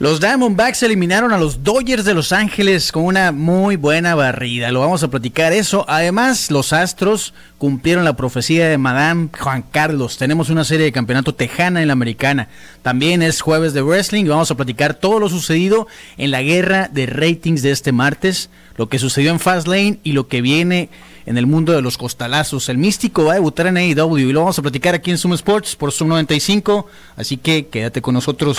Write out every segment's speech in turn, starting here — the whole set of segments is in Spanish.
Los Diamondbacks eliminaron a los Dodgers de Los Ángeles con una muy buena barrida. Lo vamos a platicar eso. Además, los Astros cumplieron la profecía de Madame Juan Carlos. Tenemos una serie de campeonato tejana en la americana. También es jueves de wrestling y vamos a platicar todo lo sucedido en la guerra de ratings de este martes, lo que sucedió en Fastlane y lo que viene en el mundo de los costalazos. El místico va a debutar en AEW y lo vamos a platicar aquí en Zoom Sports por Zoom 95. Así que quédate con nosotros.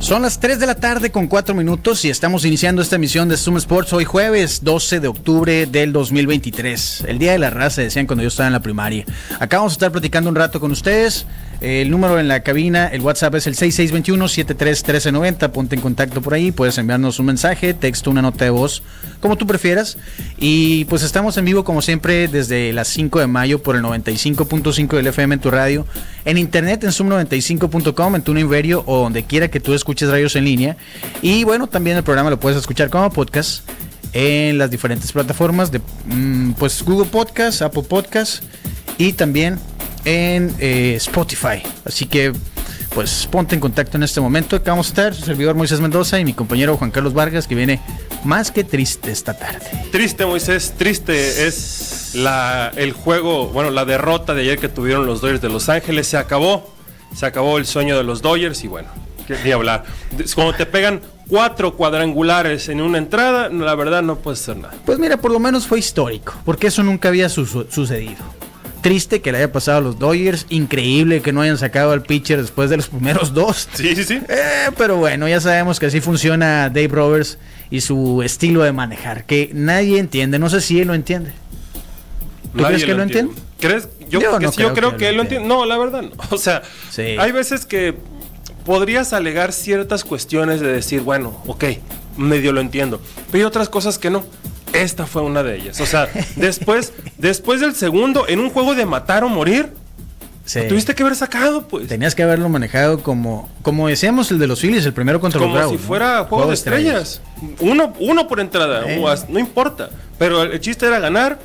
Son las 3 de la tarde con 4 minutos y estamos iniciando esta emisión de Zoom Sports hoy jueves 12 de octubre del 2023. El Día de la Raza, decían cuando yo estaba en la primaria. Acá vamos a estar platicando un rato con ustedes. El número en la cabina, el WhatsApp es el 6621-731390. Ponte en contacto por ahí, puedes enviarnos un mensaje, texto, una nota de voz, como tú prefieras. Y pues estamos en vivo como siempre desde las 5 de mayo por el 95.5 del FM en tu radio. En internet en zoom95.com, en TuneIn Radio o donde quiera que tú escuches escuches radios en línea. Y bueno, también el programa lo puedes escuchar como podcast en las diferentes plataformas de pues Google Podcast, Apple Podcast y también en eh, Spotify. Así que pues ponte en contacto en este momento. Acá vamos a estar su servidor Moisés Mendoza y mi compañero Juan Carlos Vargas que viene más que triste esta tarde. Triste Moisés, triste es la, el juego, bueno, la derrota de ayer que tuvieron los Dodgers de Los Ángeles. Se acabó, se acabó el sueño de los Dodgers y bueno, ni hablar. Cuando te pegan cuatro cuadrangulares en una entrada, la verdad no puedes hacer nada. Pues mira, por lo menos fue histórico, porque eso nunca había su sucedido. Triste que le haya pasado a los Dodgers, increíble que no hayan sacado al pitcher después de los primeros dos. Sí, sí, sí. Eh, pero bueno, ya sabemos que así funciona Dave Roberts y su estilo de manejar, que nadie entiende, no sé si él lo entiende. ¿Tú Nadie crees que lo entiende? ¿Crees? Yo, Yo que no sí, yo creo creo que que, lo él lo entiende. No, la verdad, no. O sea, Sí. hay veces que podrías alegar ciertas cuestiones de decir, bueno, ok, medio lo entiendo. Pero hay otras cosas que no. Esta fue una de ellas. O sea, después, después del segundo, en un juego de matar o morir, Sí. tuviste que haber sacado, pues. Tenías que haberlo manejado como, como decíamos el de los Phillies, el primero contra Como los Bravos. si ¿no? fuera juego, de estrellas. Uno, uno por entrada, o as- no importa. Pero el, el chiste era ganar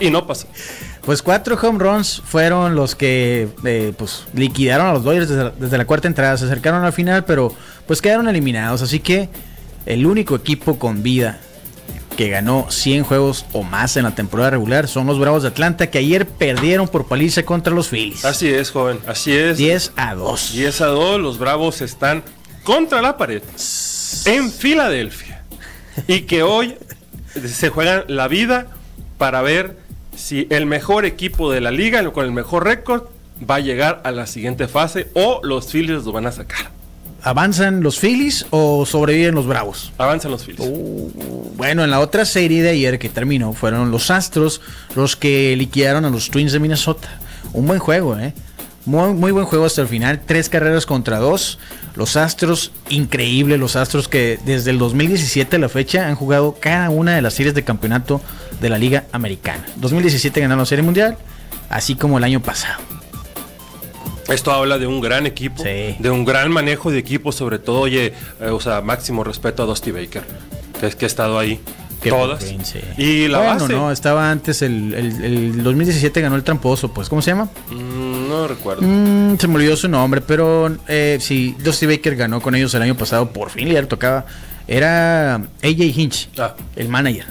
y no pasó. Pues cuatro home runs fueron los que eh, pues liquidaron a los Dodgers desde, desde la cuarta entrada, se acercaron al final, pero pues quedaron eliminados. Así que el único equipo con vida que ganó 100 juegos o más en la temporada regular son los Bravos de Atlanta, que ayer perdieron por paliza contra los Phillies. Así es, joven. Así es. 10 a 2. 10 a 2, los Bravos están contra la pared en Filadelfia. Y que hoy se juegan la vida para ver si el mejor equipo de la liga, el- con el mejor récord, va a llegar a la siguiente fase o los Phillies lo van a sacar. ¿Avanzan los Phillies o sobreviven los Bravos? Avanzan los Phillies. Uh. Bueno, en la otra serie de ayer que terminó fueron los Astros los que liquidaron a los Twins de Minnesota. Un buen juego, ¿eh? Muy, muy buen juego hasta el final. Tres carreras contra dos. Los Astros, increíble. Los Astros que desde el 2017 a la fecha han jugado cada una de las series de campeonato de la Liga Americana. 2017 ganaron la Serie Mundial, así como el año pasado. Esto habla de un gran equipo, Sí. de un gran manejo de equipo, sobre todo, oye, eh, o sea, máximo respeto a Dusty Baker, que es que ha estado ahí Que todas. por fin, sí. Y la bueno, base, no, estaba antes el, el- el 2017 ganó el tramposo, pues, ¿cómo se llama? Mm, no recuerdo. Mm, se me olvidó su nombre, pero eh, sí, Dusty Baker ganó con ellos el año pasado, por fin le tocaba. Era AJ Hinch, Ah. el manager.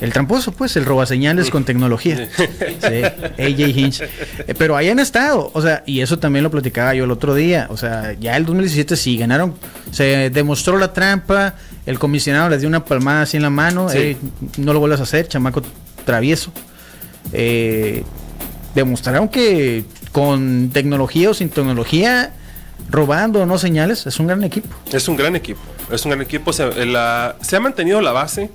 El tramposo, pues, el roba señales con tecnología. Sí, AJ Hinch. Eh, pero ahí han estado, o sea, y eso también lo platicaba yo el otro día. O sea, ya el 2017 sí ganaron, se demostró la trampa, el comisionado les dio una palmada así en la mano, Sí. "Ey, no lo vuelvas a hacer, chamaco travieso. Eh, demostraron que con tecnología o sin tecnología, robando o no señales, es un gran equipo. Es un gran equipo, es un gran equipo. Se, eh, la- se ha mantenido la base.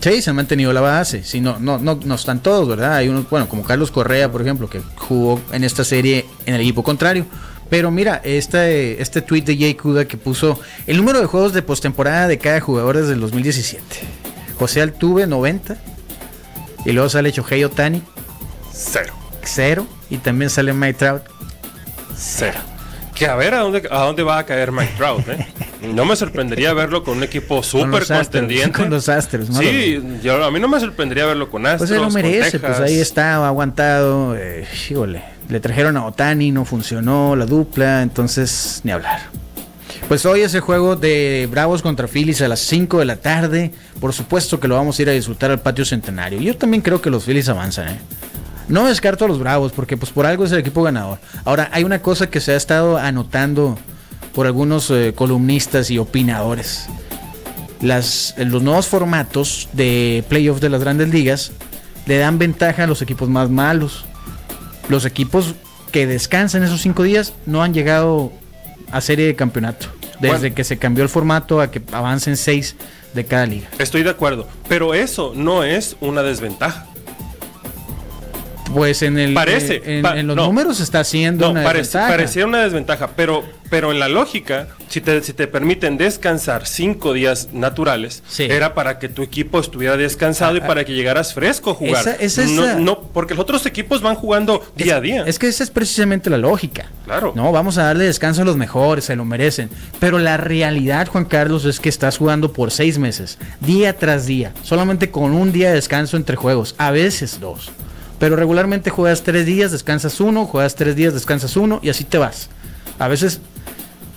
Sí, se ha mantenido la base. Sí, no, no, no, no están todos, ¿verdad? Hay unos, bueno, como Carlos Correa, por ejemplo, que jugó en esta serie en el equipo contrario. Pero mira, este, este tweet de Jay Kuda que puso el número de juegos de postemporada de cada jugador desde el 2017. José Altuve, 90. Y luego sale Shohei Otani, Cero. cero. Y también sale Mike Trout. Cero. Que a ver a dónde, a dónde va a caer Mike Trout, ¿eh? No me sorprendería verlo con un equipo Con súper los Astros, contendiente. Con los Astros, ¿no? Sí, yo- a mí no me sorprendería verlo con Astros, Pues él lo con merece, Texas. pues ahí está, aguantado. eh, híjole, le trajeron a Otani, no funcionó la dupla, entonces ni hablar. Pues hoy es el juego de Bravos contra Phillies a las 5 de la tarde. Por supuesto que lo vamos a ir a disfrutar al patio centenario. Yo también creo que los Phillies avanzan, ¿eh? No descarto a los Bravos, porque pues por algo es el equipo ganador. Ahora, hay una cosa que se ha estado anotando por algunos eh, columnistas y opinadores las, eh, los nuevos formatos de playoffs de las grandes ligas le dan ventaja a los equipos más malos. Los equipos que descansan esos cinco días no han llegado a serie de campeonato. Desde Bueno. que se cambió el formato a que avancen seis de cada liga. Estoy de acuerdo, pero eso no es una desventaja. Pues en el Parece, en, pa- en los no. números está haciendo No, una parec- desventaja. pareciera una desventaja, pero, pero en la lógica, si te, si te permiten descansar cinco días naturales, Sí. Ah, era para que tu equipo estuviera descansado y para que llegaras fresco a jugar. Esa- esa es no, la- no, porque los otros equipos van jugando día a día. Es que esa es precisamente la lógica. Claro. No, vamos a darle descanso a los mejores, se lo merecen. Pero la realidad, Juan Carlos, es que estás jugando por seis meses, día tras día, solamente con un día de descanso entre juegos, a veces dos. Pero regularmente juegas tres días, descansas uno, juegas tres días, descansas uno y así te vas. A veces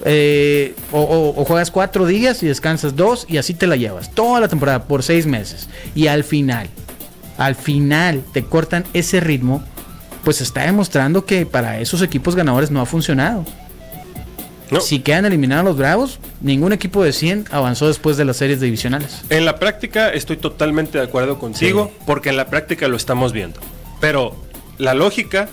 eh, o, o- o juegas cuatro días y descansas dos y así te la llevas. Toda la temporada por seis meses. Y al final, al final te cortan ese ritmo, pues está demostrando que para esos equipos ganadores no ha funcionado. No. Si quedan eliminados los Bravos, ningún equipo de 100 avanzó después de las series divisionales. En la práctica estoy totalmente de acuerdo contigo, porque en la práctica lo estamos viendo. Pero la lógica,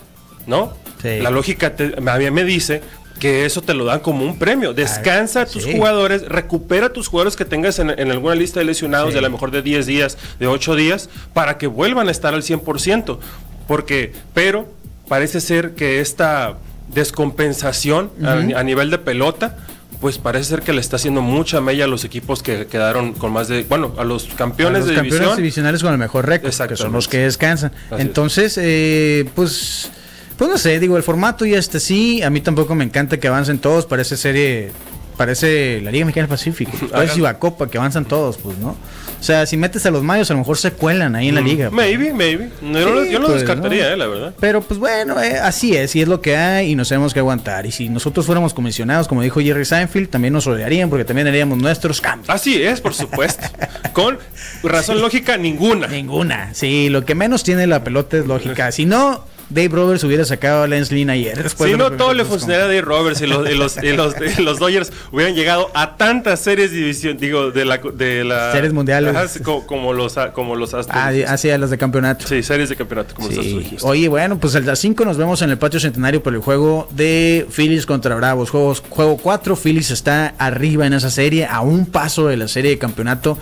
¿no? Sí. La lógica te- a mí me dice que eso te lo dan como un premio. Descansa a tus sí. jugadores, recupera a tus jugadores que tengas en, en alguna lista de lesionados Sí. de a lo mejor de 10 días, de 8 días, para que vuelvan a estar al 100%. Porque, pero parece ser que esta descompensación a- a, nivel de pelota, pues parece ser que le está haciendo mucha mella a los equipos que quedaron con más de, bueno, a los campeones los de campeones división. divisionales con el mejor récord, que son Exactamente. los que descansan. Así es. Entonces, eh, pues, pues no sé, digo, el formato ya está así. A mí tampoco me encanta que avancen todos. Parece serie, parece la Liga Mexicana del Pacífico. Parece Hagan- Ibacopa, que avanzan todos, pues, ¿no? O sea, si metes a los mayos, a lo mejor se cuelan ahí en la liga. pues. Maybe, maybe. No, yo no- Sí, yo no pues, descartaría, ¿no? eh, la verdad. Pero pues bueno, eh, así es, y es lo que hay y nos tenemos que aguantar. Y si nosotros fuéramos comisionados, como dijo Jerry Seinfeld, también nos odiarían porque también haríamos nuestros cambios. Así es, por supuesto. con razón lógica ninguna. Ninguna. Sí, lo que menos tiene la pelota es lógica. Si no, Dave Roberts hubiera sacado a Lance Lynn ayer. después de si la no primera todo le Cruz funcionara a Dave Roberts y los, y los, y los, y los Dodgers hubieran llegado a tantas series de división, digo, de la... De la Series mundiales. Ajá, sí, co- como, los, a- como los Astros. Ah, di- así a las de campeonato. sí, series de campeonato, como Sí. los Astros. dijiste. Oye, bueno, pues el 5 nos vemos en el patio centenario por el juego de Phillies contra Bravos. Juegos, juego 4, Phillies está arriba en esa serie, a un paso de la serie de campeonato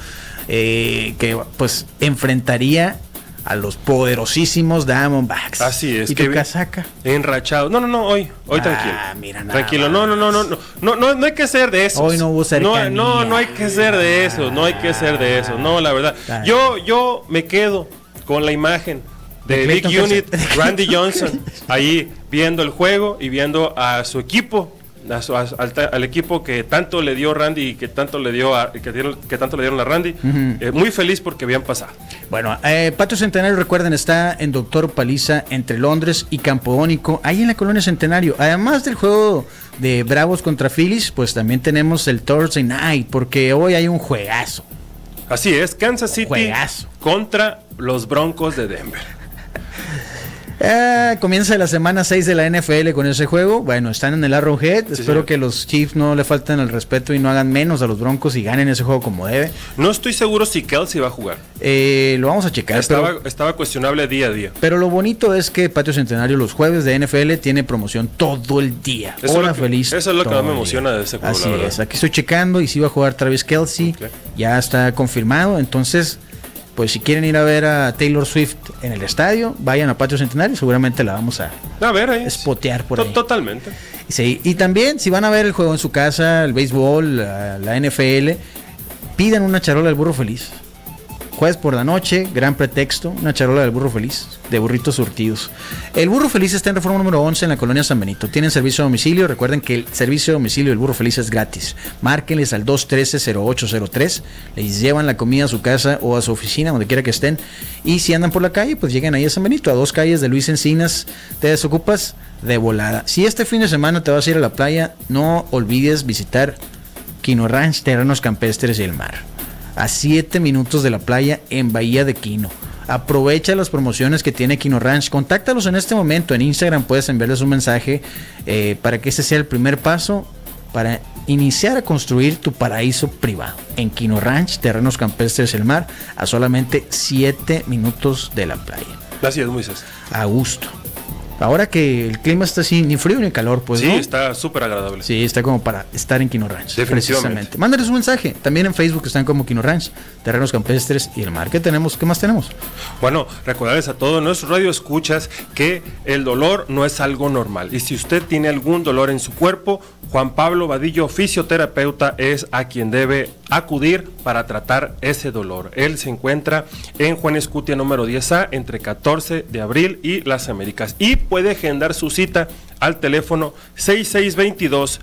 eh, que pues enfrentaría a los poderosísimos Diamondbacks. Así es, ¿Y tu Kevin. casaca? Enrachado. No, no, no, hoy, hoy Ah, tranquilo. mira nada tranquilo. No, no, no, no, no, no, no, no hay que ser de eso. Hoy no hubo cercanía. No, no, no hay que ser de eso, no hay que ser de eso. No, la verdad. Yo, yo me quedo con la imagen De de Big Clayton Unit, Kershaw. Randy Johnson, ahí viendo el juego y viendo a su equipo. a su- a- al, ta- al equipo que tanto le dio Randy y que tanto le dio a- que, dieron- que tanto le dieron a Randy, eh, muy feliz porque habían pasado. Bueno, eh, Patio Centenario, recuerden, está en Doctor Paliza entre Londres y Campodónico, ahí en la colonia Centenario. Además del juego de Bravos contra Phillies, pues también tenemos el Thursday Night, porque hoy hay un juegazo. Así es, Kansas City Juegazo. contra los Broncos de Denver. Ah, comienza la semana 6 de la NFL con ese juego. Bueno, están en el Arrowhead. Espero señor. que los Chiefs no le falten el respeto y no hagan menos a los Broncos y ganen ese juego como debe. No estoy seguro si Kelsey va a jugar. Eh, lo vamos a checar. pero- Estaba, estaba cuestionable día a día. Pero lo bonito es que Patio Centenario los jueves de NFL tiene promoción todo el día. Eso es Hora lo que- feliz. eso es lo que todo más me el emociona día. de ese juego, Así la verdad. es. Aquí estoy checando y si va a jugar Travis Kelsey. Ok. Ya está confirmado. Entonces, pues si quieren ir a ver a Taylor Swift en el estadio, vayan a Patio Centenario. Seguramente la vamos a A ver, ahí. espotear por To- ahí. Totalmente. Sí, y también si van a ver el juego en su casa, el béisbol, la, la NFL, pidan una charola del burro feliz. jueves por la noche, gran pretexto, una charola del burro feliz, de burritos surtidos. El burro feliz está en reforma número 11 en la colonia San Benito. Tienen servicio a domicilio. Recuerden que el servicio a domicilio del burro feliz es gratis. Márquenles al 213-0803. Les llevan la comida a su casa o a su oficina, donde quiera que estén. Y si andan por la calle, pues lleguen ahí a San Benito, a dos calles de Luis Encinas. Te desocupas de volada. Si este fin de semana te vas a ir a la playa, no olvides visitar Quino Ranch, terrenos campestres y el mar. A 7 minutos de la playa en Bahía de Quino. Aprovecha las promociones que tiene Quino Ranch. Contáctalos en este momento. En Instagram puedes enviarles un mensaje eh, para que ese sea el primer paso para iniciar a construir tu paraíso privado. En Quino Ranch, terrenos campestres y el mar, a solamente 7 minutos de la playa. Gracias, Moisés. A gusto. Ahora que el clima está así, ni frío ni calor, pues. Sí, ¿no? está súper agradable. Sí, está como para estar en Quino Ranch. Definitivamente. Precisamente. Mándales un mensaje. También en Facebook están como Quino Ranch, Terrenos Campestres y el Mar. ¿Qué tenemos? ¿Qué más tenemos? Bueno, recordarles a todos nuestros radioescuchas que el dolor no es algo normal. Y si usted tiene algún dolor en su cuerpo, Juan Pablo Vadillo, fisioterapeuta, es a quien debe acudir para tratar ese dolor. Él se encuentra en Juan Escutia número 10A entre 14 de abril y las Américas. Y puede agendar su cita al teléfono 6622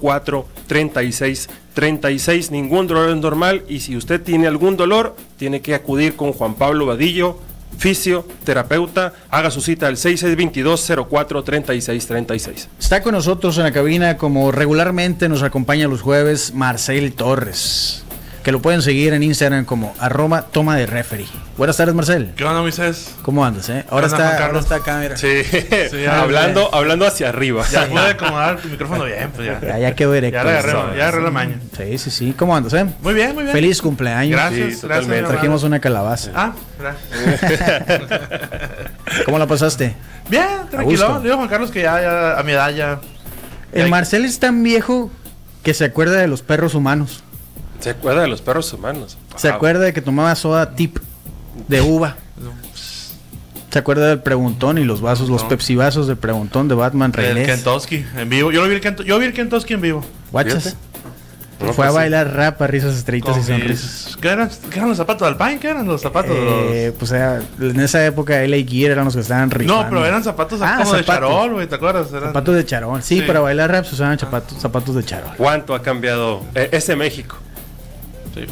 04 36 36, ningún dolor es normal y si usted tiene algún dolor, tiene que acudir con Juan Pablo Vadillo, fisioterapeuta, haga su cita al 6622-043636. Está con nosotros en la cabina, como regularmente nos acompaña los jueves, Marcel Torres. Que lo pueden seguir en Instagram como arroba toma de referee. Buenas tardes, Marcel. ¿Qué onda, Moisés? ¿Cómo andas, eh? Ahora ¿Qué está, onda, Juan ahora Carlos? está acá, mira. Sí, ya, hablando, hablando hacia arriba. Ya puede acomodar tu micrófono bien, pues ya. Ya, ya quedó directo. Ya le agarré, ya agarré la maña. Sí, sí, sí. ¿Cómo andas, eh? Muy bien, muy bien. Feliz cumpleaños. Gracias, Sí, gracias. totalmente. mi Trajimos hermano. una calabaza. Ah, gracias. ¿Cómo la pasaste? Bien, gusto. tranquilo. Digo Juan Carlos que ya, ya a mi edad ya. El Marcel es tan viejo que se acuerda de los perros humanos. ¿Se acuerda de los perros humanos? Se Ah, acuerda de que tomaba soda tip de uva. Se acuerda del preguntón y los vasos, los pepsi vasos del preguntón de Batman El Reynés. Kentoski en vivo. Yo lo vi el Kentoski, yo vi el Kentoski en vivo. Guachas. Fue No, a pues sí. bailar rap a risas estrellitas y Con sonrisas. mis- ¿Qué eran, qué eran los zapatos del Pine? ¿Qué eran los zapatos? Eh, pues era- en esa época LA Gear eran los que estaban Los- rifando. No, pero eran zapatos Ah, como de zapatos. charol, güey, ¿te acuerdas? Eran- zapatos de charol. Sí, Sí. para bailar rap se usaban zapatos, zapatos de charol. ¿Cuánto ha cambiado eh, ese México? Sí,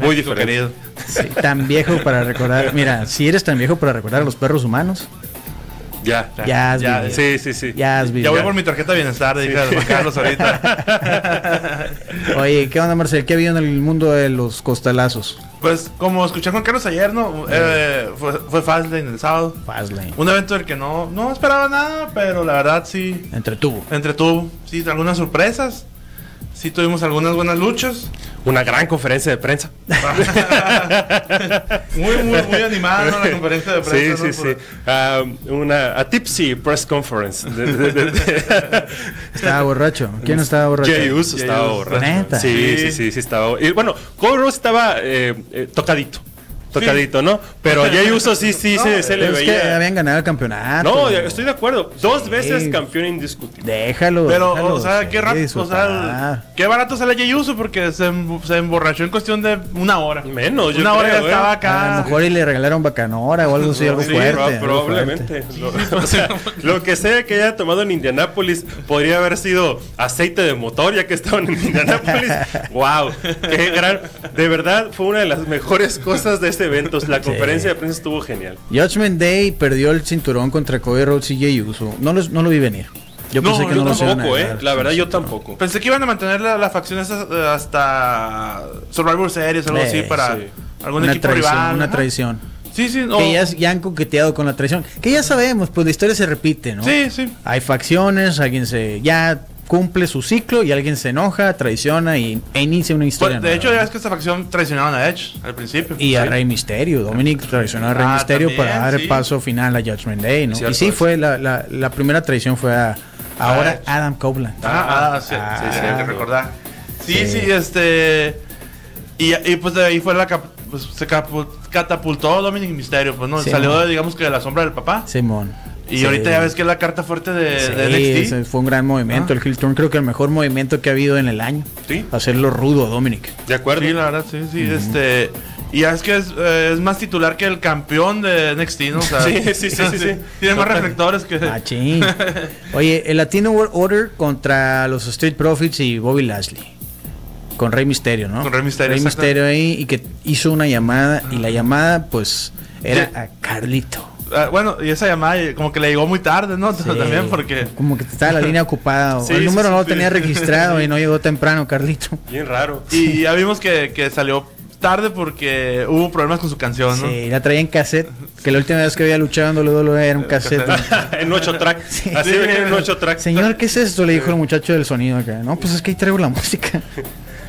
Muy México diferente. querido. Sí, tan viejo para recordar. Mira, si eres tan viejo para recordar a los perros humanos, Ya. ya has Ya, vivido. Sí, sí, sí. Ya has Ya vivido. voy por mi tarjeta de bienestar, dije a Juan Carlos ahorita. Oye, ¿qué onda, Marcel? ¿Qué ha habido en el mundo de los costalazos? Pues como escuché a Juan Carlos ayer, ¿no? Eh, fue, fue Fastlane el sábado. Fastlane. Un evento del que no, no esperaba nada, pero la verdad sí Entretuvo. entretuvo. Sí, algunas sorpresas. Sí tuvimos algunas buenas luchas. Una gran conferencia de prensa. Muy, muy, muy animada ¿no? la conferencia de prensa. Sí, ¿no? sí, Por- sí. Ah, una a tipsy press conference. De, de- de- de- Estaba borracho. ¿Quién estaba borracho? Jay Uso Jey estaba Uso. borracho. Neta. Sí, sí, sí, sí estaba. Y bueno, Cobro estaba eh, eh, tocadito. Tocadito, ¿no? Pero Jay Uso sí, sí, No, eh, se, se le Pero es que veía. habían ganado el campeonato. No, ya estoy de acuerdo. Dos veces campeón indiscutible. Déjalo. Pero, déjalo, o sea, qué sí, rápido, o disfrutar. sea, qué barato sale Jay Uso porque se, em- se emborrachó en cuestión de una hora. Menos, yo Una hora creo, ya ¿eh? estaba A lo acá. mejor y le regalaron bacanora o algo así, algo Sí, fuerte. proba- algo fuerte. probablemente. Lo, o sea, lo que sea que haya tomado en Indianápolis podría haber sido aceite de motor, ya que estaban en Indianápolis. ¡Wow! ¡Qué gran! De verdad, fue una de las mejores cosas de este evento. La conferencia de prensa estuvo genial. Judgment Day perdió el cinturón contra Cody Rhodes y Jey Uso. No, los- no lo vi venir. Yo No, pensé que yo no lo iban a Tampoco, ¿eh? ganar. La verdad, yo tampoco. Pensé que iban a mantener la, la facción esa, eh, hasta Survivor Series o algo Eh, así para sí. algún Una equipo traición, rival. una ajá. traición. Sí, sí, no. Que ya, ya han coqueteado con la traición. Que ya sabemos, pues la historia se repite, ¿no? Sí, sí. Hay facciones, alguien se ya cumple su ciclo y alguien se enoja, traiciona y, e inicia una Pues, historia. de nueva, hecho, ¿no? ya es que esta facción traicionaron a Edge al principio. y a Sí. Rey Misterio, Dominic traicionó a Rey Ah, Misterio también, para dar el sí. paso final a Judgment Day, ¿no? Cierto, y sí, es. fue la, la, la primera traición fue a ahora Edge. Adam Copeland. Ah, ah, sí, Ah. sí, tenía que recordar. Sí, sí, Sí. este. Y, y, pues de ahí fue la. cap- pues, se capu- catapultó Dominic Misterio, pues no. Sí, Salió, man. digamos que de la sombra del papá. Simón. Y Sí. ahorita ya ves que es la carta fuerte de, Sí, de NXT. ese fue un gran Ah. movimiento, el Hilton. Creo que el mejor movimiento que ha habido en el año. Sí. Hacerlo rudo, Dominic. De acuerdo. Sí, la verdad, sí, sí. Este. Y ya es que es, eh, es más titular que el campeón de NXT, ¿no? O sea, Sí, sí, sí, sí, sí. Tiene más reflectores que. Machín. Oye, el Latino World Order contra los Street Profits y Bobby Lashley. Con Rey Misterio, ¿no? Con Rey Mysterio, Rey Mysterio ahí y que hizo una llamada y la llamada pues era Ya. a Carlito. Ah, bueno, y esa llamada eh, como que le llegó muy tarde, ¿no? También porque. Como que estaba la línea ocupada. o Sí, el sí, número sí, no lo sí. tenía registrado y no llegó temprano, Carlito. Bien raro. Y ya vimos que, que salió tarde porque hubo problemas con su canción, ¿no? Sí, la traía en cassette. Que la última vez que había luchado en WWE era un cassette. en 8 track. Así Sí. venía en 8 track. Señor, ¿qué es esto? Le dijo el muchacho del sonido acá. No, pues es que ahí traigo la música.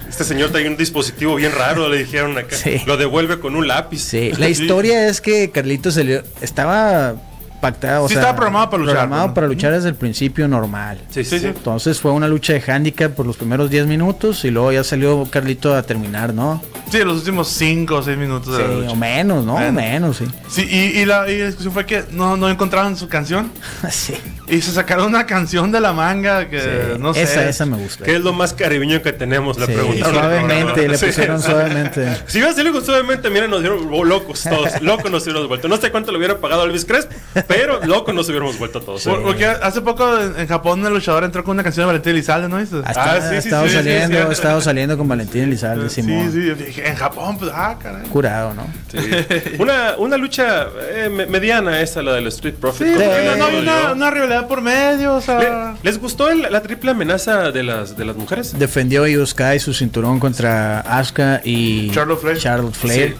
Este señor trae un dispositivo bien raro, le dijeron acá. Sí. Lo devuelve con un lápiz. Sí, la historia es que Carlito se le- estaba pactado. Sí, estaba programado para luchar, pues, Programado ¿no? para luchar desde el principio normal. Sí, sí, sí. Entonces fue una lucha de handicap por los primeros 10 minutos y luego ya salió Carlito a terminar, ¿no? Sí, los últimos 5 o 6 minutos Sí, de la o lucha. menos, ¿no? Menos. Menos, sí. Sí, y, y la, y la discusión fue que no, no encontraron su canción sí. y se sacaron una canción de la manga que sí. Eh, no sé. Esa, esa me gusta. ¿Qué es lo más caribeño que tenemos? Le Sí, preguntaron. al suavemente, programa. le pusieron Sí. suavemente. Si hubiera salido con suavemente, mira, nos dieron lo- locos todos. Locos nos hubiéramos vuelto. No sé cuánto le hubiera pagado a Elvis Crespo, pero locos nos hubiéramos vuelto todos. Por- Porque hace poco en, en Japón el luchador entró con una canción de Valentín Elizalde, ¿no viste? Ha estado, Ah, sí, ha sí, estado sí, sí, saliendo, sí. ha estado saliendo con Valentín Elizalde, Simón. Sí, sí, yo dije, en Japón, pues, ah, caray. Curado, ¿no? Una, una lucha eh, me- mediana esa, la del Street Profit. Sí, Como porque que no, no había dolió. una, una rivalidad por medio, o sea. ¿Le- ¿Les gustó el- la triple amenaza de las, de las mujeres? defendió Io Sky su cinturón contra Asuka y Charlotte Flair. Charlotte Flair.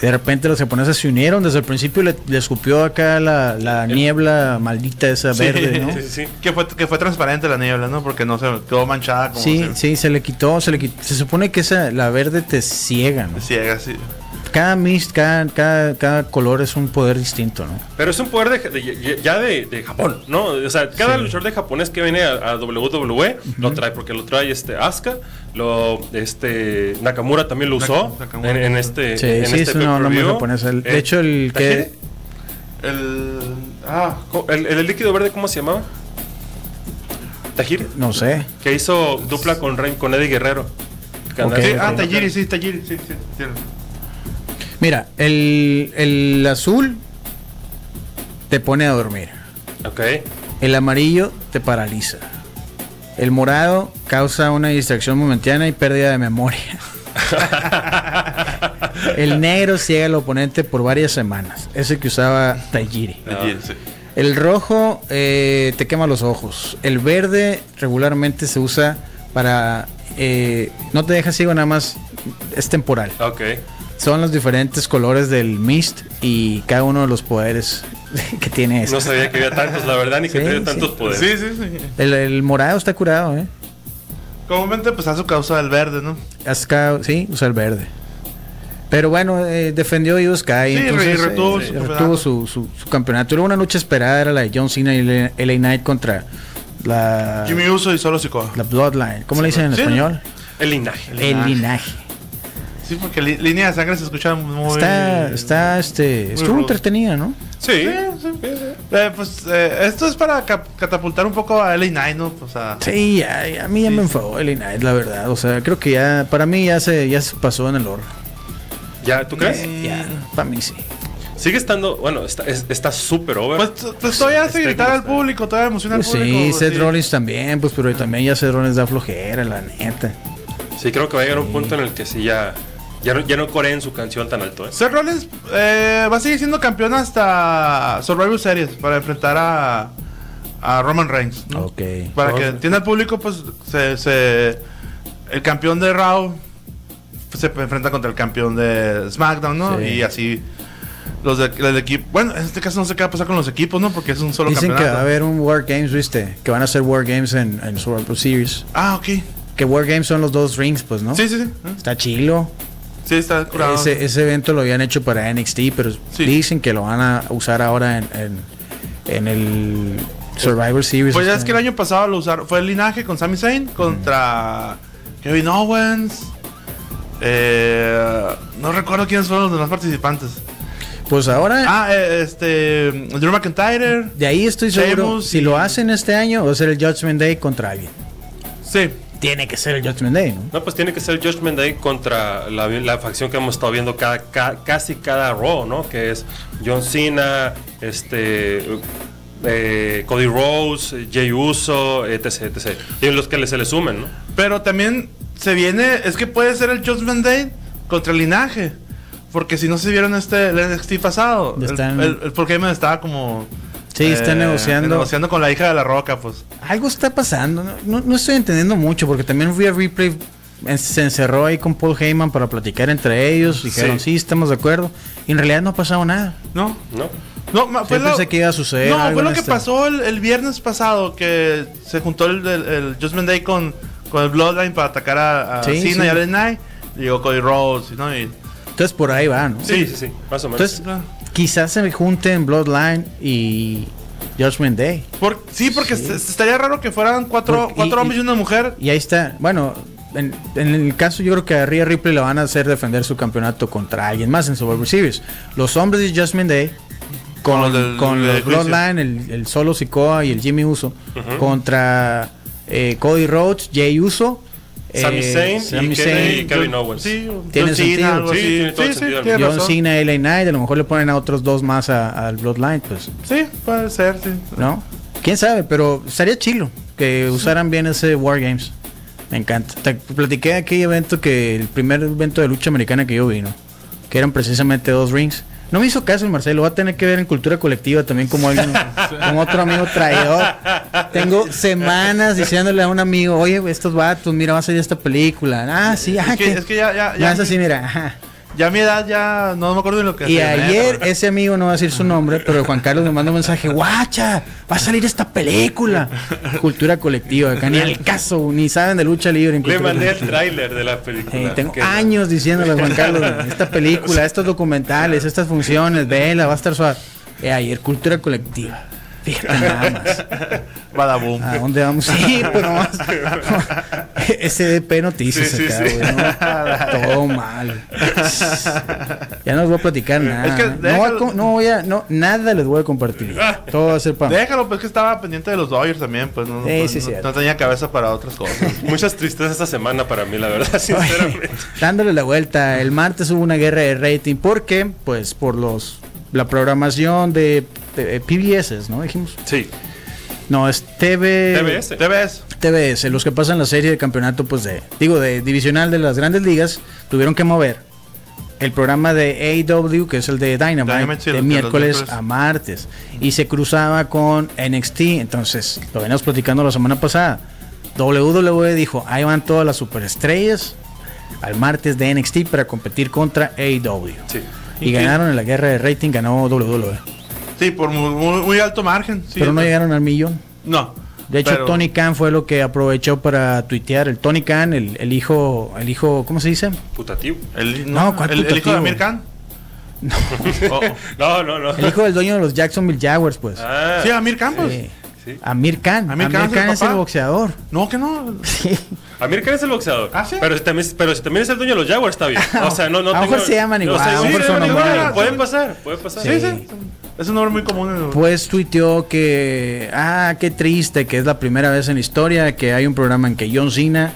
De repente los japoneses se unieron. Desde el principio le, le escupió acá la, la niebla maldita esa verde, ¿no? Sí, sí, sí. Que fue, que fue transparente la niebla, ¿no? Porque no se quedó manchada como Sí, se- sí, se le quitó, se le quitó. Se supone que esa, la verde te ciega, ¿no? ciega, sí. Cada mist, cada, cada, cada color es un poder distinto, ¿no? Pero es un poder de, de- ya de, de Japón, ¿no? O sea, cada luchador de japonés que viene a, a WWE lo trae, porque lo trae este Asuka, lo, este, Nakamura también lo Nak- usó Nakamura. en, en este. Sí, en sí, este es una onda muy pay-per-view. japonesa. El- de Eh, hecho, el que. ¿Tajiri? El. Ah, Co- El, el líquido verde, ¿cómo se llamaba? Tajiri, No sé. que hizo dupla con, Rey- con Eddie Guerrero. Que andaba Ok. sí, con- ah, Tajiri, sí, Tajiri, sí, sí. tiene. Mira, el, el azul te pone a dormir. Ok. El amarillo te paraliza. El morado causa una distracción momentánea y pérdida de memoria. El negro ciega al oponente por varias semanas. Ese que usaba Tajiri. Tajiri, sí. El rojo eh, te quema los ojos. El verde regularmente se usa para... eh, no te deja ciego nada más. Es temporal. Ok. Son los diferentes colores del mist y cada uno de los poderes que tiene este. No sabía que había tantos, la verdad, ni que Sí, tenía sí. tantos poderes. Sí, sí, sí. El, el morado está curado, ¿eh? Comúnmente, pues, a su causa del verde, ¿no? Asuka, sí, usa el verde. Pero bueno, eh, defendió a Sky. Sí, entonces, re- retuvo eh, su retuvo campeonato. su, su- su campeonato. Luego una lucha esperada era la de John Cena y LA Knight contra la, Jimmy Uso y solo Sikoa. Ah. la Bloodline. ¿Cómo le dicen en sí. español? El linaje. El linaje. Sí, porque li- línea de sangre se escucha muy. Está, está, este, estuvo rudo. entretenida, ¿no? Sí. Eh, pues, eh, esto es para cap- catapultar un poco a LA Knight, ¿no? O sea. Sí, ay, a mí ya me enfadó el Knight, la verdad. O sea, creo que ya, para mí ya se, ya se pasó en el oro. ¿Ya? ¿Tú crees? Ya, para mí sí. Sigue estando, bueno, está es- está súper over. Pues, t- pues todavía hace Está gritar como al está. público, todavía emociona al Pues público. sí, Seth sí. Rollins también, pues, pero también ya Seth Rollins da flojera, la neta. Sí, creo que va a llegar un punto en el que sí ya. Ya no, ya no coreen su canción tan alto, ¿eh? Seth Rollins eh, va a seguir siendo campeón hasta Survivor Series para enfrentar a, a Roman Reigns. ¿no? Ok. Para que entienda el público, pues se, se- el campeón de Raw pues, se enfrenta contra el campeón de SmackDown, ¿no? Sí. Y así los del equipo. Bueno, en este caso no sé qué va a pasar con los equipos, ¿no? Porque es un solo Dicen que va a campeonato. haber un War Games, viste, que van a ser War Games en, en Survivor Series. Ah, ok. Que War Games son los dos rings, pues, ¿no? Sí, sí, sí. Está chilo. Sí, está curado. Ese, ese evento lo habían hecho para NXT, pero Sí. dicen que lo van a usar ahora en, en, en el Survivor Series. Pues ya este. es que el año pasado lo usaron. Fue el linaje con Sami Zayn contra Kevin Owens. Eh, no recuerdo quiénes fueron los demás participantes. Pues ahora, Ah, eh, este. Drew McIntyre. de ahí estoy seguro, Sheamus si y- lo hacen este año, va a ser el Judgment Day contra alguien. Sí. tiene que ser el Judgment Day, ¿no? No, pues tiene que ser Judgment Day contra la, la facción que hemos estado viendo cada, ca- casi cada Raw, ¿no? Que es John Cena, este, eh, Cody Rhodes, eh, Jey Uso, etc, etc. Y los que le- se le sumen, ¿no? Pero también se viene, es que puede ser el Judgment Day contra el linaje. Porque si no se vieron este el NXT pasado, Ya el, están- el, el Paul Heyman estaba como. eh, Sí, está negociando. Negociando con la hija de la roca, pues. Algo está pasando, no, no- no estoy entendiendo mucho, porque también Rhea Ripley en- se encerró ahí con Paul Heyman para platicar entre ellos, dijeron, sí, estamos de acuerdo, y en realidad no ha pasado nada. No, ¿No? no, ma- fue Yo lo- pensé que iba a suceder No, algo fue lo en que este- pasó el, el viernes pasado, que se juntó el, el, el Judgment Day con, con el Bloodline para atacar a, a Sí, Cena sí. y a Ellen Knight. Y Llegó Cody Rhodes, ¿no? Y, Entonces por ahí va, ¿no? Sí, sí, sí, más o menos. Entonces quizás se junten Bloodline y Judgment Day. por- sí, porque se- se estaría raro que fueran cuatro, Porque- y- cuatro hombres y, y- una mujer. Y ahí está, bueno, en, en el caso yo creo que a Rhea Ripley la van a hacer defender su campeonato contra alguien más en Survivor Series. Los hombres de Judgment Day con, Con los del- con del los juicio. Bloodline, el, el Solo Sikoa y el Jimmy Uso contra eh, Cody Rhodes, Jay Uso, eh, Sami Zayn y Sami Kevin- Zayn, y Kevin Owens. Sí, John Tiene Cena, sentido. algo Sí, así. tiene todo sí, el sí, sentido del tiene John razón. Cena, LA Knight, a lo mejor le ponen a otros dos más a- al Bloodline, pues, Sí, puede ser, sí. ¿no? ¿Quién sabe? Pero estaría chilo que usaran bien ese War Games. Me encanta. Te platiqué de aquel evento que el primer evento de lucha americana que yo vi, ¿no? Que eran precisamente dos rings. No me hizo caso el Marcelo, va a tener que ver en cultura colectiva también como alguien, como otro amigo traidor. Tengo semanas diciéndole a un amigo, oye, estos vatos, mira, va a salir esta película. Ah, sí, ah, Es que, es que ya, ya, ya ya, es así, mira, ajá. ya mi edad ya no me acuerdo de lo que Y hacía, neta, ayer güey. ese amigo, no va a decir su nombre, pero Juan Carlos me manda un mensaje, guacha, va a salir esta película. Cultura colectiva, acá ni al caso, ni saben de lucha libre. en Le cultura mandé el colectiva. tráiler de la película. Sí, Eh, tengo que- años diciéndole a Juan Carlos, esta película, estos documentales, estas funciones, vela, va a estar suave. Y ayer, cultura colectiva. Fíjate nada más. Badaboom. ¿A dónde vamos? Sí, pero más. SDP Noticias Sí, sí, acá, sí. güey, ¿no? Todo mal. Ya no les voy a platicar nada. Es que no, voy a, déjalo. co- no voy a- no, nada les voy a compartir. Todo va a ser para mí. Déjalo, pues que estaba pendiente de los Dodgers también, pues no, no- Sí, sí, no- cierto. no tenía cabeza para otras cosas. Muchas tristezas esta semana para mí, la verdad, sinceramente. Dándole la vuelta, el martes hubo una guerra de rating porque, pues, por los la programación de, de- de PBS, ¿no? Dijimos. Sí, No, es TV. TBS. ¿Te ves? TBS, los que pasan la serie de campeonato, pues de, digo, de divisional de las grandes ligas, tuvieron que mover el programa de AEW, que es el de Dynamite, Dynamite, sí, de los- los miércoles miércoles. a martes, y se cruzaba con NXT, entonces lo veníamos platicando la semana pasada. WWE dijo, ahí van todas las superestrellas al martes de NXT para competir contra AEW. sí. Y ganaron en la guerra de rating, ganó WWE. Sí, pues, por mu- mu- muy, alto margen. sí. pero no llegaron al millón. No. De hecho, pero- Tony Khan fue lo que aprovechó para tuitear. El Tony Khan, el, el hijo, el hijo, ¿cómo se dice? Putativo. El, No, no, ¿cuál el, el hijo putativo? de Amir Khan. No. No, no, no. Oh. El hijo del dueño de los Jacksonville Jaguars, pues. Ah, Sí, Amir Khan, pues. Sí. sí. Amir Khan. Amir, Amir Khan es el Khan es papá. el boxeador. No, que no. Sí. Amir Khan es el boxeador. ¿Ah, sí? Pero si también, pero si también es el dueño de los Jaguars, está bien. O sea, no, no A lo mejor se llaman igual, a lo sí, mejor se son llaman igual. igual. Pueden pasar, pueden pasar. Sí, sí. Es un nombre muy común. en- Pues tuiteó que, ah, qué triste, que es la primera vez en la historia que hay un programa en que John Cena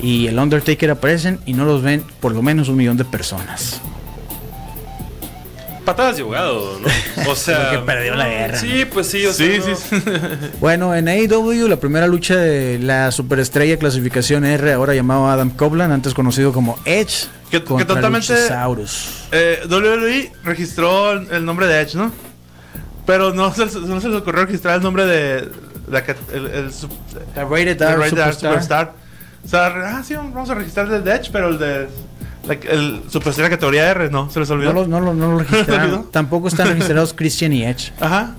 y el Undertaker aparecen y no los ven por lo menos un millón de personas. Patadas de abogado, ¿no? O sea. Porque perdió la guerra, Sí, pues sí, o Sí, sea. sí, no. sí. Bueno, en AEW la primera lucha de la superestrella clasificación R, ahora llamado Adam Copeland, antes conocido como Edge, Que- que contra totalmente- Luchasaurus. Eh, WWE registró el el nombre de Edge, ¿no? Pero no se, no se les ocurrió registrar el nombre de. de que- el, el sub- The Rated de R Rated Superstar. R Superstar. O sea, re- ah, sí, vamos a registrar el de Edge, pero el de. la- el Superstar de categoría R, ¿no? Se les olvidó. No lo, no lo- no lo ¿No? registraron. Tampoco están registrados Christian y Edge. Ajá.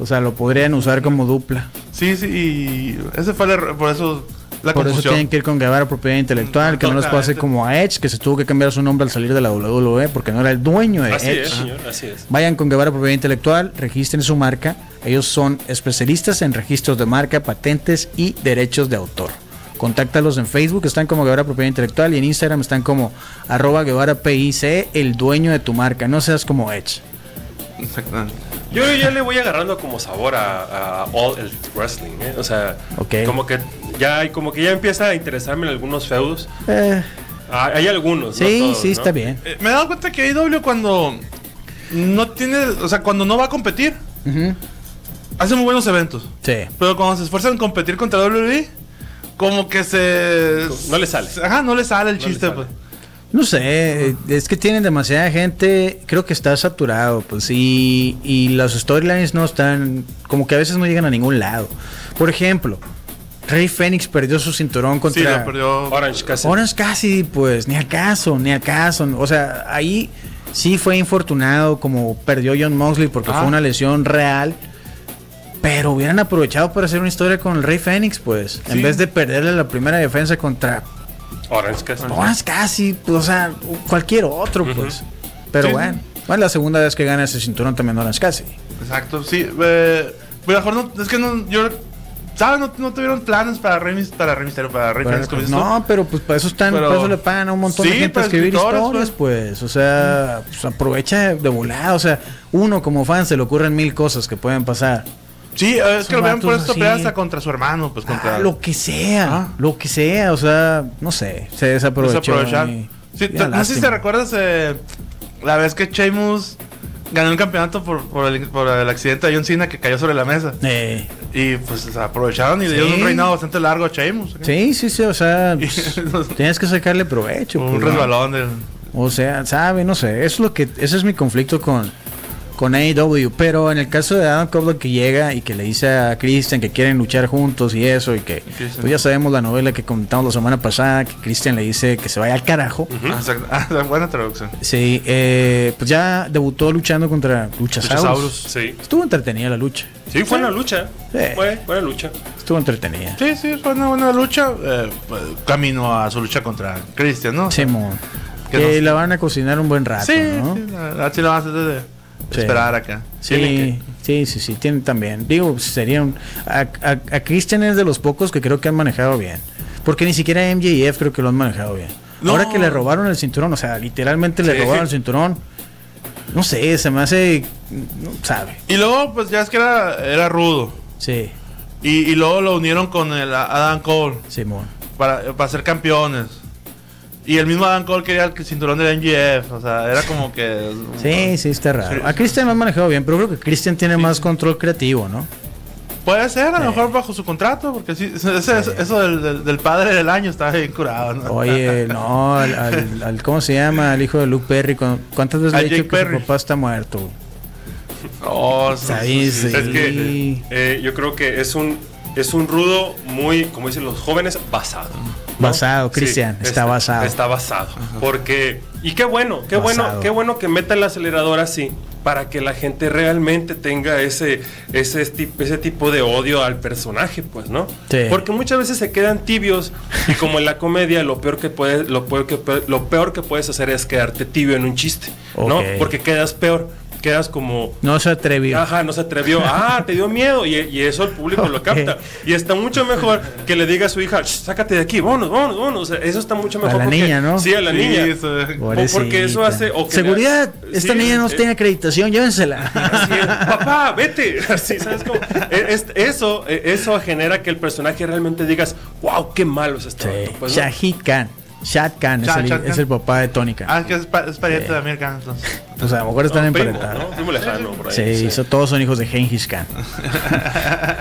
O sea, lo podrían usar como dupla. Sí, sí, y ese fue el error, por eso la Por eso confusión. tienen que ir con Guevara propiedad intelectual, que no les pase Totalmente. como a Edge, que se tuvo que cambiar su nombre al salir de la WWE porque no era el dueño de Así Edge. es, señor, así es. Vayan con Guevara Propiedad Intelectual, registren su marca. Ellos son especialistas en registros de marca, patentes y derechos de autor. Contáctalos en Facebook, están como Guevara Propiedad Intelectual y en Instagram están como arroba Guevara PIC, E, el dueño de tu marca. No seas como Edge. Exactamente. Yo ya le voy agarrando como sabor a, a All Elite Wrestling, ¿eh? O sea, Ok. como que Ya hay como que ya empieza a interesarme en algunos feudos. Eh, Ah, hay algunos. no sí, todos, sí, ¿no? está bien. Eh, me he dado cuenta que AEW cuando no tiene, o sea, cuando no va a competir, Ujú. hace muy buenos eventos. Sí. Pero cuando se esfuerzan en competir contra WWE, como que se. No le sale. Ajá, no le sale el No le chiste, sale. pues. No sé, es que tienen demasiada gente, creo que está saturado, pues, y, y las storylines no están, como que a veces no llegan a ningún lado. Por ejemplo, Rey Fénix perdió su cinturón Sí, contra lo perdió. Orange Cassidy. Orange Cassidy, pues, ni acaso, ni acaso. O sea, ahí sí fue infortunado, como perdió John Moxley porque Ah. fue una lesión real. Pero hubieran aprovechado para hacer una historia con el Rey Fénix, pues, en Sí. vez de perderle la primera defensa contra Orange Cassidy. Orange casi, pues, o sea, cualquier otro, pues. Pero Sí. bueno, bueno, la segunda vez que gana ese cinturón también Orange casi. Exacto, sí. Eh, pero mejor no. Es que no. Yo. ¿Sabes? No, no tuvieron planes para Rey, Mis- para Rey Misterio, para Rey Fénix, como dices tú. no, pero pues para eso están, Pero- para eso le pagan a un montón de Sí, gente a para escribir escritores, historias, pues. O sea, pues, aprovecha de volada. O sea, uno como fan se le ocurren mil cosas que pueden pasar. Sí, eh, es que lo Son vean por vatos esto, así. peleas hasta contra su hermano, pues contra. Ah, lo que sea, Ah. lo que sea, o sea, no sé, se desaprovechó. desaprovechar. y- Sí, y te- una no sé lástima. si te recuerdas eh, la vez que Sheamus ganó el campeonato por, por, el, por el accidente de John Cena que cayó sobre la mesa. Eh, Y pues o sea, aprovecharon y le dieron Sí. un reinado bastante largo a Sheamus. acá. sí, sí, sí, o sea, pues, no sé. tienes que sacarle provecho. Un pues, ¿no? resbalón del. O sea, sabe, no sé, es lo que ese es mi conflicto con con AEW, pero en el caso de Adam Cole que llega y que le dice a Christian que quieren luchar juntos y eso y que Christian. pues ya sabemos la novela que comentamos la semana pasada que Christian le dice que se vaya al carajo. Ah, exacto. Ah, buena traducción. Sí, eh, pues ya debutó luchando contra Luchasaurus. Luchasaurus. Sí. Estuvo entretenida la lucha. Sí, fue una lucha. Sí. Fue buena lucha. Estuvo entretenida. Sí, sí, fue una buena lucha. eh, pues, camino a su lucha contra Christian, ¿no? Simón. Que Que nos- la van a cocinar un buen rato, Sí, ¿no? sí, la verdad sí lo van a hacer desde Sí. esperar acá. Tienen Sí, sí, sí, sí, tienen también. Digo, sería un. A, a, a Christian es de los pocos que creo que han manejado bien. Porque ni siquiera MJF creo que lo han manejado bien. No. Ahora que le robaron el cinturón, o sea, literalmente le Sí. robaron el cinturón. No sé, se me hace. No sabe. que- Y luego, pues ya es que era, era rudo. Sí, Y, y luego lo unieron con el a- Adam Cole Simón. para, para ser campeones. Y el mismo Adam Cole quería el cinturón del MGF. O sea, era como que. Sí, sí, está Sí, raro. A Christian lo han manejado bien, pero creo que Christian tiene más control creativo, ¿no? Puede ser, a lo mejor bajo su contrato, porque sí, ese- eso, eso del, del- del padre del año está bien curado, ¿no? Oye, no, al, al- al- ¿Cómo se llama? Al hijo de Luke Perry. cu- ¿Cuántas veces A le he dicho Jake que Perry. su papá está muerto? Oh, sí, ¿Sabes? sí, sí. Es que Sí. eh, yo creo que es un es un rudo muy, como dicen los jóvenes, basado. ¿no? Basado, Cristian, Sí, está, basado. Está basado. Porque, y qué bueno, qué Basado. bueno, qué bueno que meta el acelerador así para que la gente realmente tenga ese, ese, esti- ese tipo de odio al personaje, pues, ¿no? Sí. Porque muchas veces se quedan tibios y como en la comedia lo peor que puedes, lo peor que pe- lo peor que puedes hacer es quedarte tibio en un chiste, Ok. ¿no? Porque quedas peor, quedas como No se atrevió. Ajá, no se atrevió. Ah, te dio miedo. Y, y eso el público lo Ok. capta. Y está mucho mejor que le diga a su hija, "Shh, sácate de aquí, vámonos, vámonos, vámonos. O sea, eso está mucho mejor. la porque- niña, ¿no? Sí, a la Sí, niña. eso es. Pobrecita. Porque eso hace- o que Seguridad, le- esta sí, niña no eh, tiene acreditación, llévensela. Así es, Papá, vete. Así, ¿sabes cómo? E- es- eso, e- eso genera que el personaje realmente digas, wow, qué malo es este. vato", pues, ¿no? Shahid Khan. Shad Khan, es, Shah- el, Shad Khan. es el papá de Tony Khan. Ah, es que es, pa- es pariente de Amir Khan, entonces. O sea, a lo mejor están Primo, emparentados. ¿no? Primo lejano, por ahí, Sí, sí. so- todos son hijos de Genghis Khan.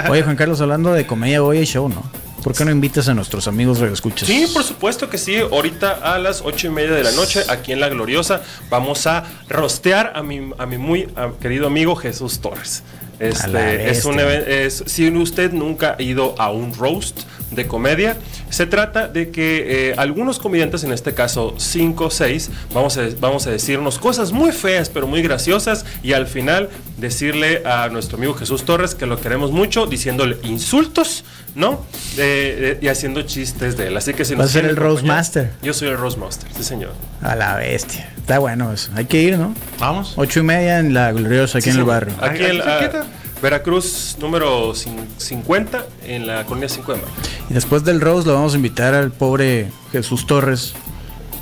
Oye, Juan Carlos, hablando de comedia, hoy hay show, ¿no? ¿Por qué no invitas a nuestros amigos radioescuchas? Sí, por supuesto que sí. Ahorita a las ocho y media de la noche, aquí en La Gloriosa, vamos a rostear a mi, a mi muy a- querido amigo Jesús Torres. la Este, es un bestia. even- es- si usted nunca ha ido a un roast de comedia, se trata de que eh, algunos comediantes, en este caso 5 o 6, vamos a, vamos a decirnos cosas muy feas pero muy graciosas y al final decirle a nuestro amigo Jesús Torres que lo queremos mucho diciéndole insultos, ¿no? Eh, eh, y haciendo chistes de él. Así que si Va a nos ser el quieren roast acompañar, master. Yo soy el roast master, sí señor. A la bestia. Está bueno eso. Hay que ir, ¿no? Vamos. Ocho y media en la gloriosa aquí en el Sí, barrio. Aquí en Aquí la- cerquita. Veracruz número cin- 50 en la colonia 5 de mayo. Y después del Rose lo vamos a invitar al pobre Jesús Torres.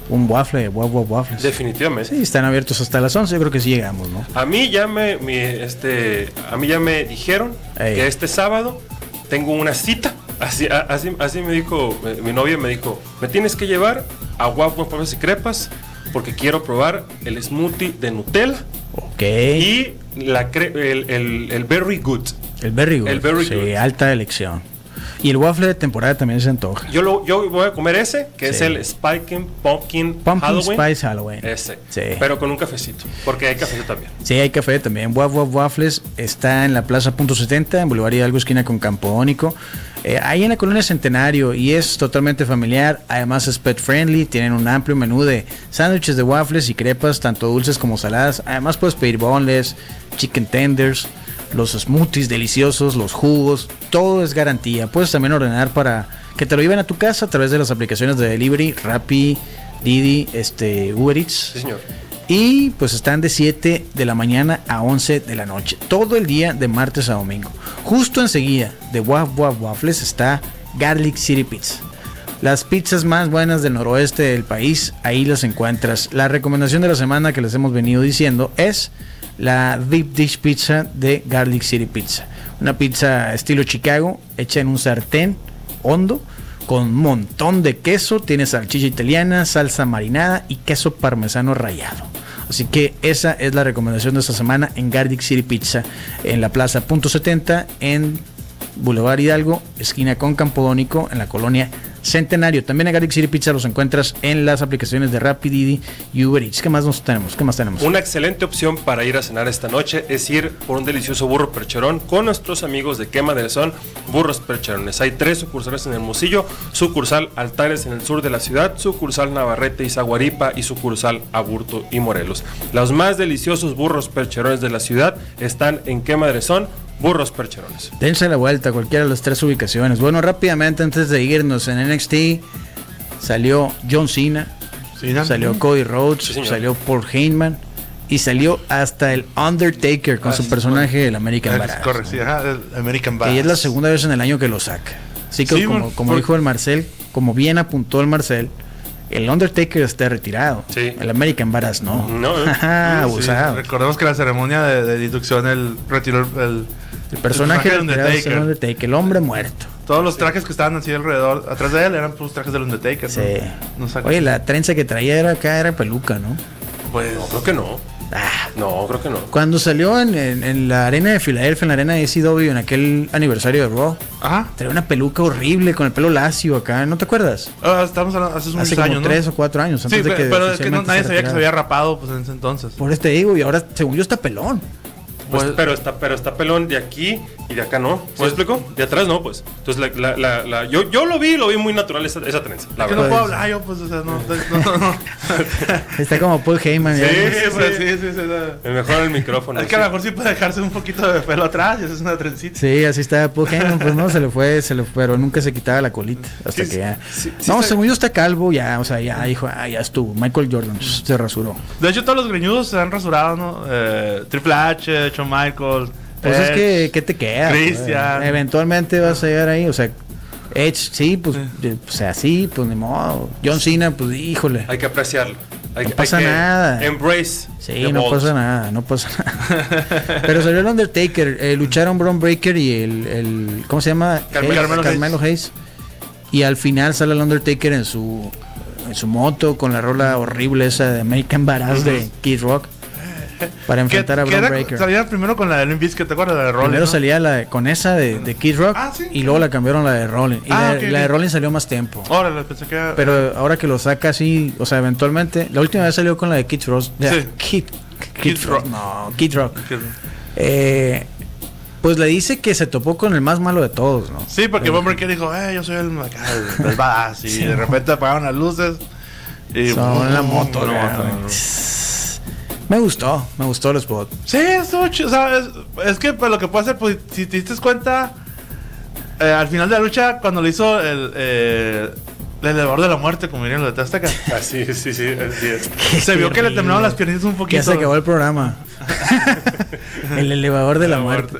Un waffle, guau, guau, waffles. Definitivamente. Sí, están abiertos hasta las 11, yo creo que sí llegamos, ¿no? A mí ya me, mi, este, a mí ya me dijeron Ey. que este sábado tengo una cita Así, a- así, así me dijo, eh, mi novia me dijo, me tienes que llevar a guapo papas y crepas porque quiero probar el smoothie de Nutella Ok. y la cre- el, el- el Berry Good. el Berry Good. el Berry sí, Good. alta elección. Y el waffle de temporada también se antoja. Yo, lo, yo voy a comer ese, que es Sí. el Spiking Pumpkin, Pumpkin Halloween. Spice Halloween. Ese. Sí. Pero con un cafecito, porque hay cafecito también. Sí, hay café también. Waf Waf Waffles está en la Plaza Punto 70, en Boulevard Hidalgo, esquina con Campónico. Eh, ahí en la colonia Centenario y es totalmente familiar. Además es pet friendly. Tienen un amplio menú de sándwiches de waffles y crepas, tanto dulces como saladas. Además puedes pedir boneless, chicken tenders, los smoothies deliciosos, los jugos. Todo es garantía. Puedes también ordenar para que te lo lleven a tu casa a través de las aplicaciones de delivery, Rappi, Didi, este, Uber Eats. Sí, señor. Y pues están de 7 de la mañana a 11 de la noche. Todo el día de martes a domingo. Justo enseguida de Waf Waf Waffles está Garlic City Pizza. Las pizzas más buenas del noroeste del país, ahí las encuentras. La recomendación de la semana que les hemos venido diciendo es la Deep Dish Pizza de Garlic City Pizza. Una pizza estilo Chicago, hecha en un sartén hondo, con un montón de queso. Tiene salchicha italiana, salsa marinada y queso parmesano rallado. Así que esa es la recomendación de esta semana en Garlic City Pizza, en la plaza Punto 70, en Boulevard Hidalgo, esquina con Campodónico, en la colonia Centenario. También a Garlic City Pizza los encuentras en las aplicaciones de Rappi, Didi y Uber Eats. ¿Qué más nos tenemos? ¿Qué más tenemos? Una excelente opción para ir a cenar esta noche es ir por un delicioso burro percherón con nuestros amigos de Quema del Son, Burros Percherones. Hay tres sucursales en Hermosillo, sucursal Altares en el sur de la ciudad, sucursal Navarrete y Zaguaripa y sucursal Aburto y Morelos. Los más deliciosos burros percherones de la ciudad están en Quema del Son, Burros Percherones. Dense la vuelta a cualquiera de las tres ubicaciones. Bueno, rápidamente antes de irnos en NXT salió John Cena, Sí, ¿no? salió Cody Rhodes, Sí, señor. salió Paul Heyman y salió hasta el Undertaker con Ah, su sí, personaje del American Es Badass. correcto, sí, ajá, el American Badass. Que es la segunda vez en el año que lo saca. Así que Sí, como, bueno, como por- dijo el Marcel, como bien apuntó el Marcel, el Undertaker está retirado. Sí. El American Badass no. No, eh. Ajá, Sí, sí, abusado. Recordemos que la ceremonia de, de inducción el retiró el, el- el personaje del retirado es el Undertaker, el hombre muerto. Todos los trajes que estaban así alrededor, atrás de él, eran pues trajes del Undertaker. Sí. ¿no? No saca- Oye, la trenza que traía era acá era peluca, ¿no? Pues no, creo que no. Ah. No, creo que no. Cuando salió en, en- en la arena de Filadelfia, en la arena de ECW, en aquel aniversario de Raw, Ajá. traía una peluca horrible con el pelo lacio acá, ¿no te acuerdas? Ah, estamos hablando hace muchos Hace como años, ¿no? tres o cuatro años Sí, antes de pe- que pero es que no- oficialmente nadie se sabía que se retirara. había rapado pues, en ese entonces. Por este digo, y ahora según yo está pelón. Pues, Pues- pero está, pero está pelón de aquí y de acá no. ¿Sí me explico? De atrás no, pues. Entonces la, la- la- la- yo, yo lo vi, lo vi muy natural esa, esa trenza. La que verdad. no Pues- puedo hablar yo, pues, o sea, no. no, no, no. Está como Paul Heyman. Sí, ¿eh? Sí, güey. sí, sí, sí, sí, no. El mejor el micrófono. Es que a lo mejor sí puede dejarse un poquito de pelo atrás, y eso es una trencita. Sí, así estaba Paul Heyman, pues no, se le fue, se le fue, pero nunca se quitaba la colita. Hasta Sí, que ya. sí, sí no, está- según yo está calvo, ya, o sea, ya dijo, ah, ya estuvo. Michael Jordan se rasuró. De hecho, todos los greñudos se han rasurado, ¿no? Eh, Triple H, Shawn Michaels. Pues es Eh, Edge. que, ¿qué te queda? Christian. Eh, Eventualmente vas a llegar ahí, o sea, Edge, sí, pues, eh, o sea, sí, pues ni modo. John Cena, pues, híjole. Hay que apreciarlo. Hay, No que- pasa hay que nada. Embrace. Sí, the no balls. pasa nada, no pasa nada. Pero salió el Undertaker, eh, lucharon Bron Breaker y el, el- ¿cómo se llama? Carmelo- Hayes, Carmelo Hayes. Hayes. Y al final sale el Undertaker en su en su moto con la rola horrible esa de American Badass de Kid Rock para Que, enfrentar a que Bron era- Breaker. salía primero con la de Limp Bizkit, ¿te acuerdas? La de Rolling. Primero ¿no? salía la de- con esa de, de Kid Rock Ah, sí. y luego la cambiaron a la de Rolling. Y Ah, la, ok, la de ok. Rolling salió más tiempo. Órale, pensé que era. Pero ahora que lo saca así, o sea, eventualmente, la última vez salió con la de Kid Frost. de- Sí. Kid, Kid, Kid Rock. Rock. No, Kid Rock. que- Eh, pues le dice que se topó con el más malo de todos, ¿no? Sí, porque Bomber que dijo, eh, yo soy el acá, el- el badass", Y Sí, de no. repente apagaron las luces. Y Son la moto, No, acá. no, no. Me gustó, me gustó el spot. Sí, estuvo chido. O sea, es, es que pues, lo que puede hacer, pues, si te diste cuenta, eh, al final de la lucha, cuando lo hizo el. Eh, el elevador de la muerte, como dirían los de Azteca. Así, Ah, sí, sí, así es. Se vio que le temblaron las piernitas un poquito. Ya se acabó el programa. el elevador de la muerte.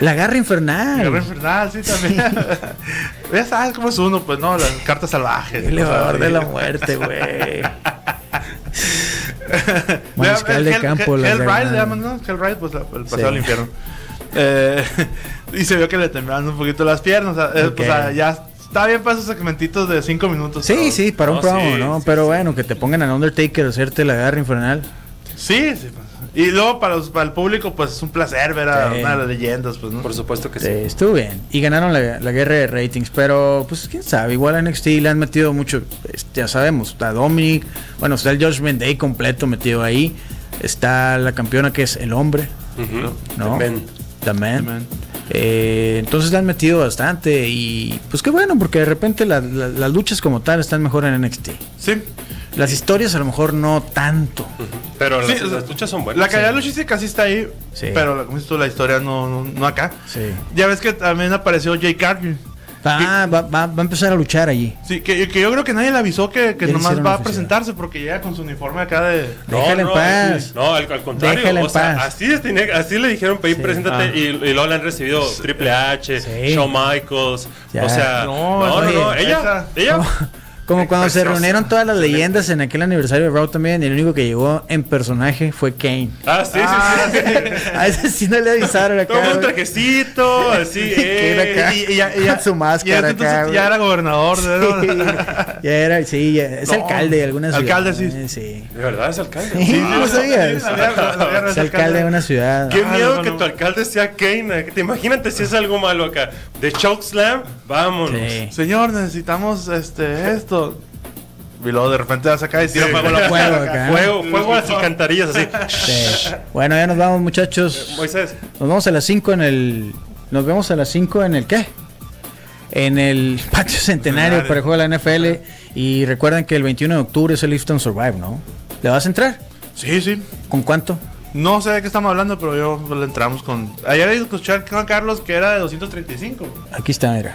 La garra infernal. Guerra infernal, sí, también. ya sabes cómo es uno, pues, ¿no? Las cartas salvajes. El elevador cosas de así. la muerte, güey. Le llaman- Mariscal de Hell- campo, Hell- la Hell garra. Ride, le llaman, ¿no? Hell Ride, pues, la- el paseo Sí. al infierno. Eh, y se vio que le temblaban un poquito las piernas. O sea, eh, Ok. o sea, ya está bien para esos segmentitos de 5 minutos. Sí, pero- sí, para un No, promo, sí, ¿no? sí, Pero bueno, que te pongan al Undertaker a hacerte la garra infernal. Sí, sí. pues. Y luego para, los- para el público, pues es un placer ver a Sí. una de las leyendas, pues, ¿no? Por supuesto que Sí, sí. Eh, estuvo bien. Y ganaron la, la guerra de ratings. Pero, pues, quién sabe. Igual a NXT le han metido mucho. es- Ya sabemos, está Dominic. Bueno, está el Judgment Day completo metido ahí. Está la campeona que es el hombre. Ujú. ¿no? Ven. The Man. The Man. Eh, entonces le han metido bastante. Y pues qué bueno, porque de repente la- la- las luchas como tal están mejor en NXT. Sí. Las historias a lo mejor no tanto. Pero las, Sí, o sea, las luchas son La buenas. calidad luchística sí está ahí, Sí. pero la- como dices tú, la historia no, no, no acá. Sí. Ya ves que también apareció Jay Cargill. Ah, va, va- va a empezar a luchar allí. Sí, que, que yo creo que nadie le avisó que, que Ya le nomás hicieron va a oficial. presentarse porque llega con su uniforme acá de... No, Déjala en no, paz. sí. No, al, al contrario. Déjala en o sea, paz. Así, les tenía- así le dijeron, Pey, preséntate. Ah. Y, y luego le han recibido Triple H, Sí. Shawn Michaels. Ya. O sea, No, no, no, no. oye, Ella, esa- ella Como- Como cuando se Preciosa. reunieron todas las leyendas en aquel aniversario de Raw también, el único que llegó en personaje fue Kane. Ah, sí, Ah, sí, sí. A ese sí no le avisaron acá. Toma un güey. trajecito, así, Que era eh. acá. Y, y ya, y ya- Con su máscara y ya, acá, güey. ya era gobernador. Sí, ¿no? ya era, sí, ya- es No, alcalde de alguna ciudad. alcalde, sí. eh, sí. De verdad es alcalde. Sí, no lo sí, sabías. la verdad, la verdad, Es es alcalde de una ciudad. Qué Ah, miedo no, que no. tu alcalde sea Kane. eh, que Te imagínate si es algo malo acá. De Chokeslam, vámonos. Sí. Señor, necesitamos este esto. Y luego de repente vas acá y tira Sí. fuego a la Fuego puerta. acá. Fuego, fuego a las alcantarillas, así. Sí. Bueno, ya nos vamos, muchachos. Moisés. Nos vamos a las 5 en el. Nos vemos a las 5 en el qué? En el patio centenario para el juego de la NFL. Y recuerden que el 21 de octubre es el Lifton Survive, ¿no? ¿Le vas a entrar? Sí, sí. ¿Con cuánto? No sé de qué estamos hablando, pero yo pues, le entramos con. Ayer escuché a Juan Carlos que era de 235. Aquí está, mira.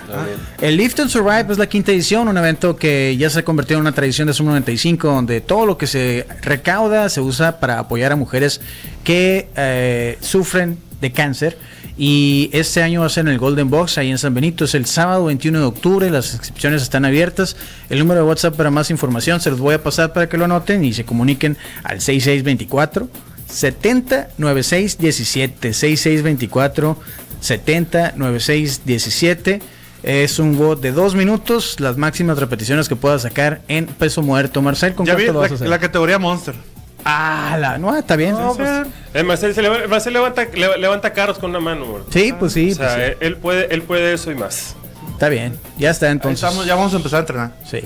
El Lift and Survive es la quinta edición, un evento que ya se ha convertido en una tradición de Sum 95, donde todo lo que se recauda se usa para apoyar a mujeres que eh, sufren de cáncer. Y este año va a ser en el Golden Box, ahí en San Benito. Es el sábado 21 de octubre, las inscripciones están abiertas. El número de WhatsApp para más información se los voy a pasar para que lo anoten y se comuniquen al 6624. 70 96 17 66 24 70 96 17 es un bot de dos minutos las máximas repeticiones que pueda sacar en peso muerto Marcel con Ya vi cuánto lo la, vas a hacer la categoría Monster. ah la no está bien No, sí, pues, El Eh, Marcel, se leva- Marcel levanta, le- levanta carros con una mano, bro. sí pues sí, O sea, pues sí. él- él puede, él puede eso y más. está bien ya está ahí entonces estamos, ya vamos a empezar a entrenar. sí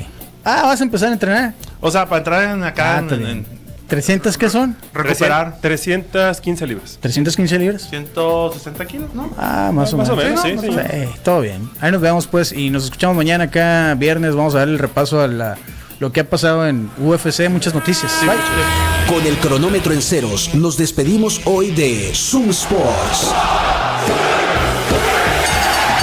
ah vas a empezar a entrenar O sea, para entrar en acá, Ah, en- está en- bien. en 300 qué son recuperar 315 libras. 315 libras 160 kilos, ¿no? Ah, más, Más o o menos. menos, sí, ¿no? sí. todo bien. Ahí nos vemos pues y nos escuchamos mañana acá viernes. Vamos a dar el repaso a la, lo que ha pasado en UFC. Muchas noticias. Bye. Con el cronómetro en ceros, nos despedimos hoy de Zoom Sports.